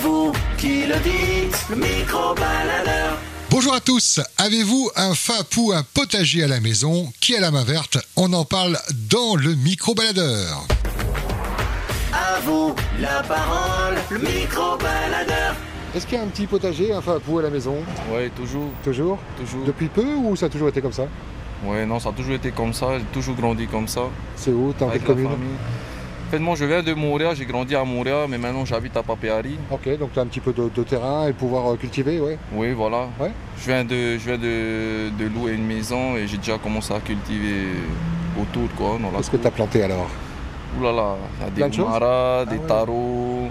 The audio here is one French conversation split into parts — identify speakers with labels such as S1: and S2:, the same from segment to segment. S1: vous qui le dites, le micro-baladeur.
S2: Bonjour à tous. Avez-vous un FAP ou un potager à la maison qui a la main verte On en parle dans le micro-baladeur.
S1: À vous la parole, le micro-baladeur.
S2: Est-ce qu'il y a un petit potager, un FAP ou à la maison
S3: Ouais, toujours,
S2: Toujours
S3: toujours.
S2: Depuis peu ou ça a toujours été comme ça
S3: Ouais, non, ça a toujours été comme ça, j'ai toujours grandi comme ça.
S2: C'est où T'es en quelle
S3: avec la
S2: commune
S3: famille. En fait, moi, je viens de Montréal, j'ai grandi à Montréal, mais maintenant j'habite à Papeari.
S2: Ok, donc tu as un petit peu de, de terrain et pouvoir euh, cultiver, ouais.
S3: Oui, voilà.
S2: Ouais.
S3: Je viens, de, je viens de, de louer une maison et j'ai déjà commencé à cultiver autour, quoi, dans la
S2: Qu'est-ce que tu as planté alors
S3: Ouh là là, il y
S2: Plein
S3: a
S2: de
S3: des
S2: choses
S3: maras,
S2: Ah
S3: des
S2: ouais.
S3: tarots,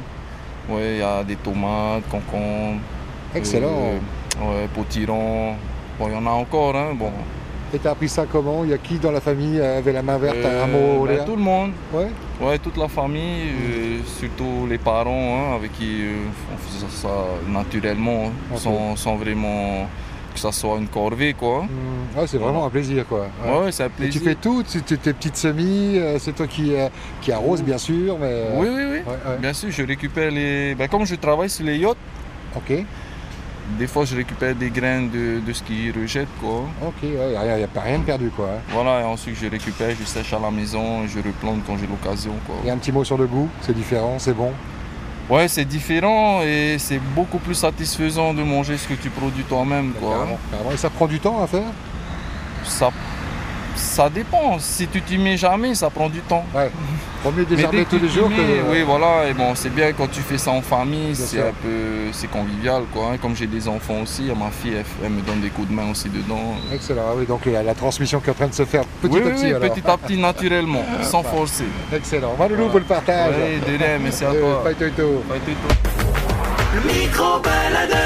S3: ouais, il y a des tomates, concombres.
S2: Excellent.
S3: euh, ouais, potirons. Bon, il y en a encore, hein, bon.
S2: Et t'as appris ça comment Il y a qui dans la famille euh, avait la main verte, un mot
S3: Euh, ben,
S2: Léa
S3: tout le monde.
S2: Ouais.
S3: Ouais, toute la famille, euh, surtout les parents, hein, avec qui euh, on faisait ça naturellement, hein,
S2: Ok.
S3: sans, sans vraiment que ça soit une corvée, quoi.
S2: Hmm, ouais, c'est vraiment un plaisir quoi. Ouais.
S3: Ouais, c'est un
S2: Et tu
S3: plaisir.
S2: fais tout, c'est tes tes petites semis, euh, c'est toi qui, euh, qui arrose bien sûr, mais. euh,
S3: Oui, oui, oui.
S2: ouais, ouais.
S3: Bien sûr, je récupère les. Ben, comme je travaille sur les yachts,
S2: Ok,
S3: des fois je récupère des graines de, de ce qu'ils rejettent, quoi.
S2: ok, il n'y a, y a pas rien de perdu quoi. hein.
S3: Voilà, et ensuite je récupère, je sèche à la maison, je replante quand j'ai l'occasion, quoi.
S2: Et un petit mot sur le goût, c'est différent, c'est bon.
S3: Ouais, c'est différent et c'est beaucoup plus satisfaisant de manger ce que tu produis toi-même, quoi.
S2: Carrément, carrément. Et ça prend du temps à faire
S3: Ça, ça dépend. Si tu t'y mets jamais, ça prend du temps.
S2: Ouais. Vaut mieux
S3: Mais dès
S2: désherber
S3: que
S2: tous
S3: tu
S2: les
S3: t'y
S2: jours
S3: mets,
S2: que.
S3: Oui, voilà. Et bon, c'est bien quand tu fais ça en famille, c'est
S2: sûr.
S3: un peu, c'est convivial, quoi. hein. Comme j'ai des enfants aussi, ma fille, elle, elle me donne des coups de main aussi dedans.
S2: Excellent, Ah oui, donc euh, la transmission qui est en train de se faire petit
S3: oui,
S2: à
S3: oui,
S2: petit
S3: oui,
S2: alors.
S3: petit à petit, naturellement, sans forcer.
S2: Excellent, Maloulou pour le partage.
S3: Ouais, de rien, mais c'est à
S2: Ah, Euh,
S3: toi.
S2: Paitoito.
S3: Pas été toi.
S1: Le micro-baladeur.